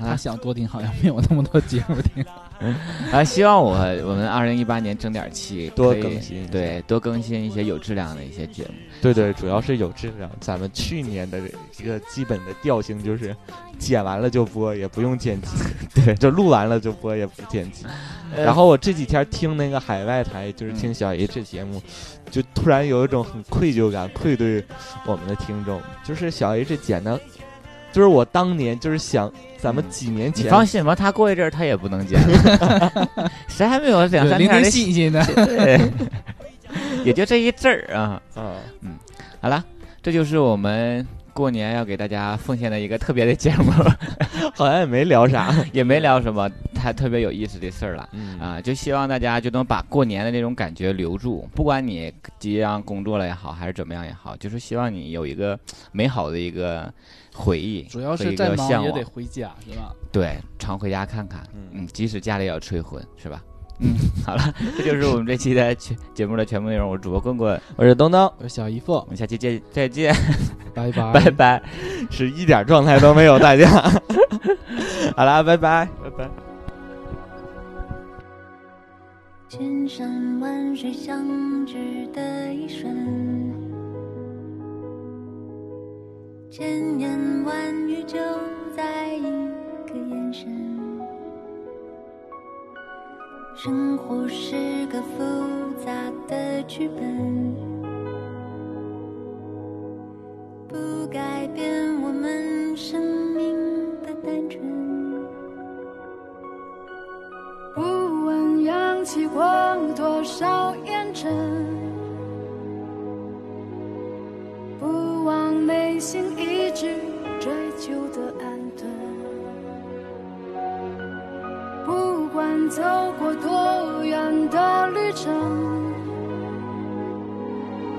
他想多听，好像没有那么多节目听。
啊，希望我我们二零一八年争点气，
多
可以
更新一下
对，多更新一些有质量的一些节目。
对对，主要是有质量。咱们去年的一个基本的调性就是，剪完了就播，也不用剪辑； 对，呃就录完了就播，也不剪辑。然后我这几天听那个海外台，就是听小 H 节目，就突然有一种很愧疚感，愧对我们的听众。就是小 H 剪的，就是我当年就是想，咱们
嗯
几年
你
前，
放心吧，他过一阵儿他也不能剪了， 谁还没有
啊
两三
零
天儿
零
的
信息呢？
对， 也就这一阵儿啊。
嗯，
好了，这就是我们过年要给大家奉献的一个特别的节目，
好像也没聊啥。
也没聊什么太特别有意思的事儿了。
嗯
啊，就希望大家就能把过年的那种感觉留住，不管你即将工作了也好，还是怎么样也好，就是希望你有一个美好的一个回忆，
主要
和
是
一
再
个
忙
向
也
往
得回家，是吧？
对，常回家看看。
嗯
嗯，即使家里也要催婚，是吧？嗯， 好了，这就是我们这期的全节目的全部内容。我是主播棍棍，
我是东东，
我是小姨父
我，们下期见，再见，
拜 拜
拜拜。
是一点状态都没有，大家。好啦，拜拜，拜拜。
千山万水相知的一瞬，千言万语就在一个眼神。生活是个复杂的剧本，不改变我们生命的单纯。
不问扬起过多少烟尘，不忘内心一直追求的安顿。不管走过多远的旅程，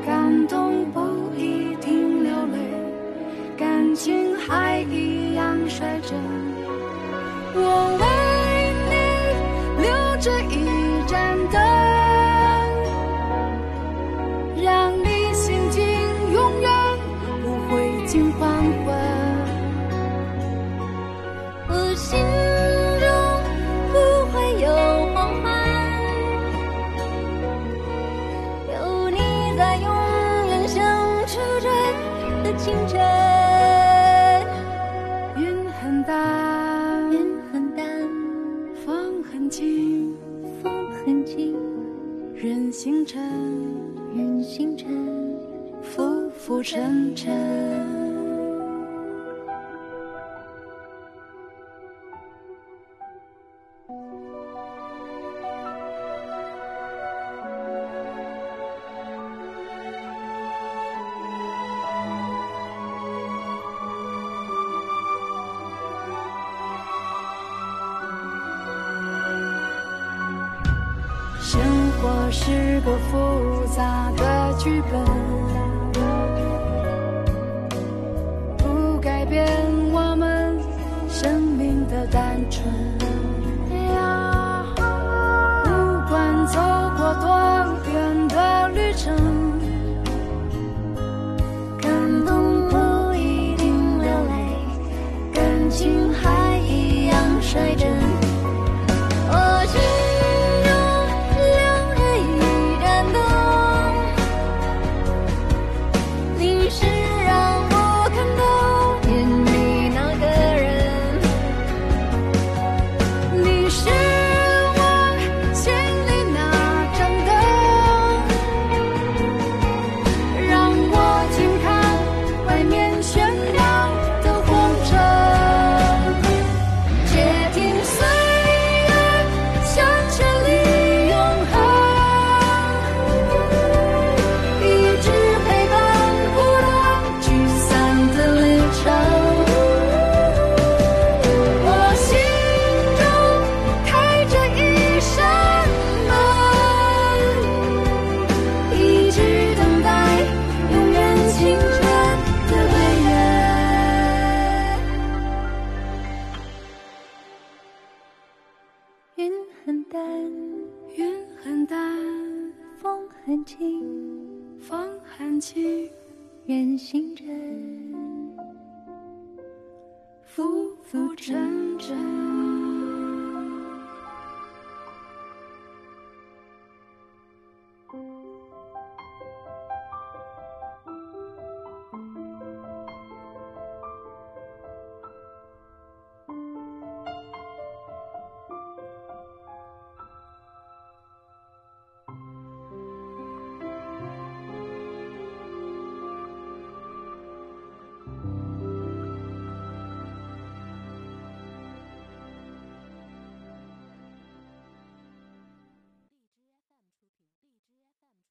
感动不一定流泪，感情还一样率真。我为你留着一盏灯，让你心情永远不会近黄昏。
我心中不会有黄昏，有你在永远相处着的清晨。
近，
风很近，
人星辰，
人星辰，
浮浮沉沉。生活是个复杂的剧本，不改变我们生命的单纯。不管走过多远的旅程，感动不一定流泪，感情还一样率真。我心中留着一盏灯，你是让我看到眼里那个人，你是我心里那盏灯，让我静看外面喧闹的红尘。且听岁月向前里永恒，一直陪伴孤单聚散的旅程。我心中开着一扇门，一直等待永远清澈的未来。
云很淡，
云很淡，
风很轻，
风很轻，
人星辰。
浮浮沉沉。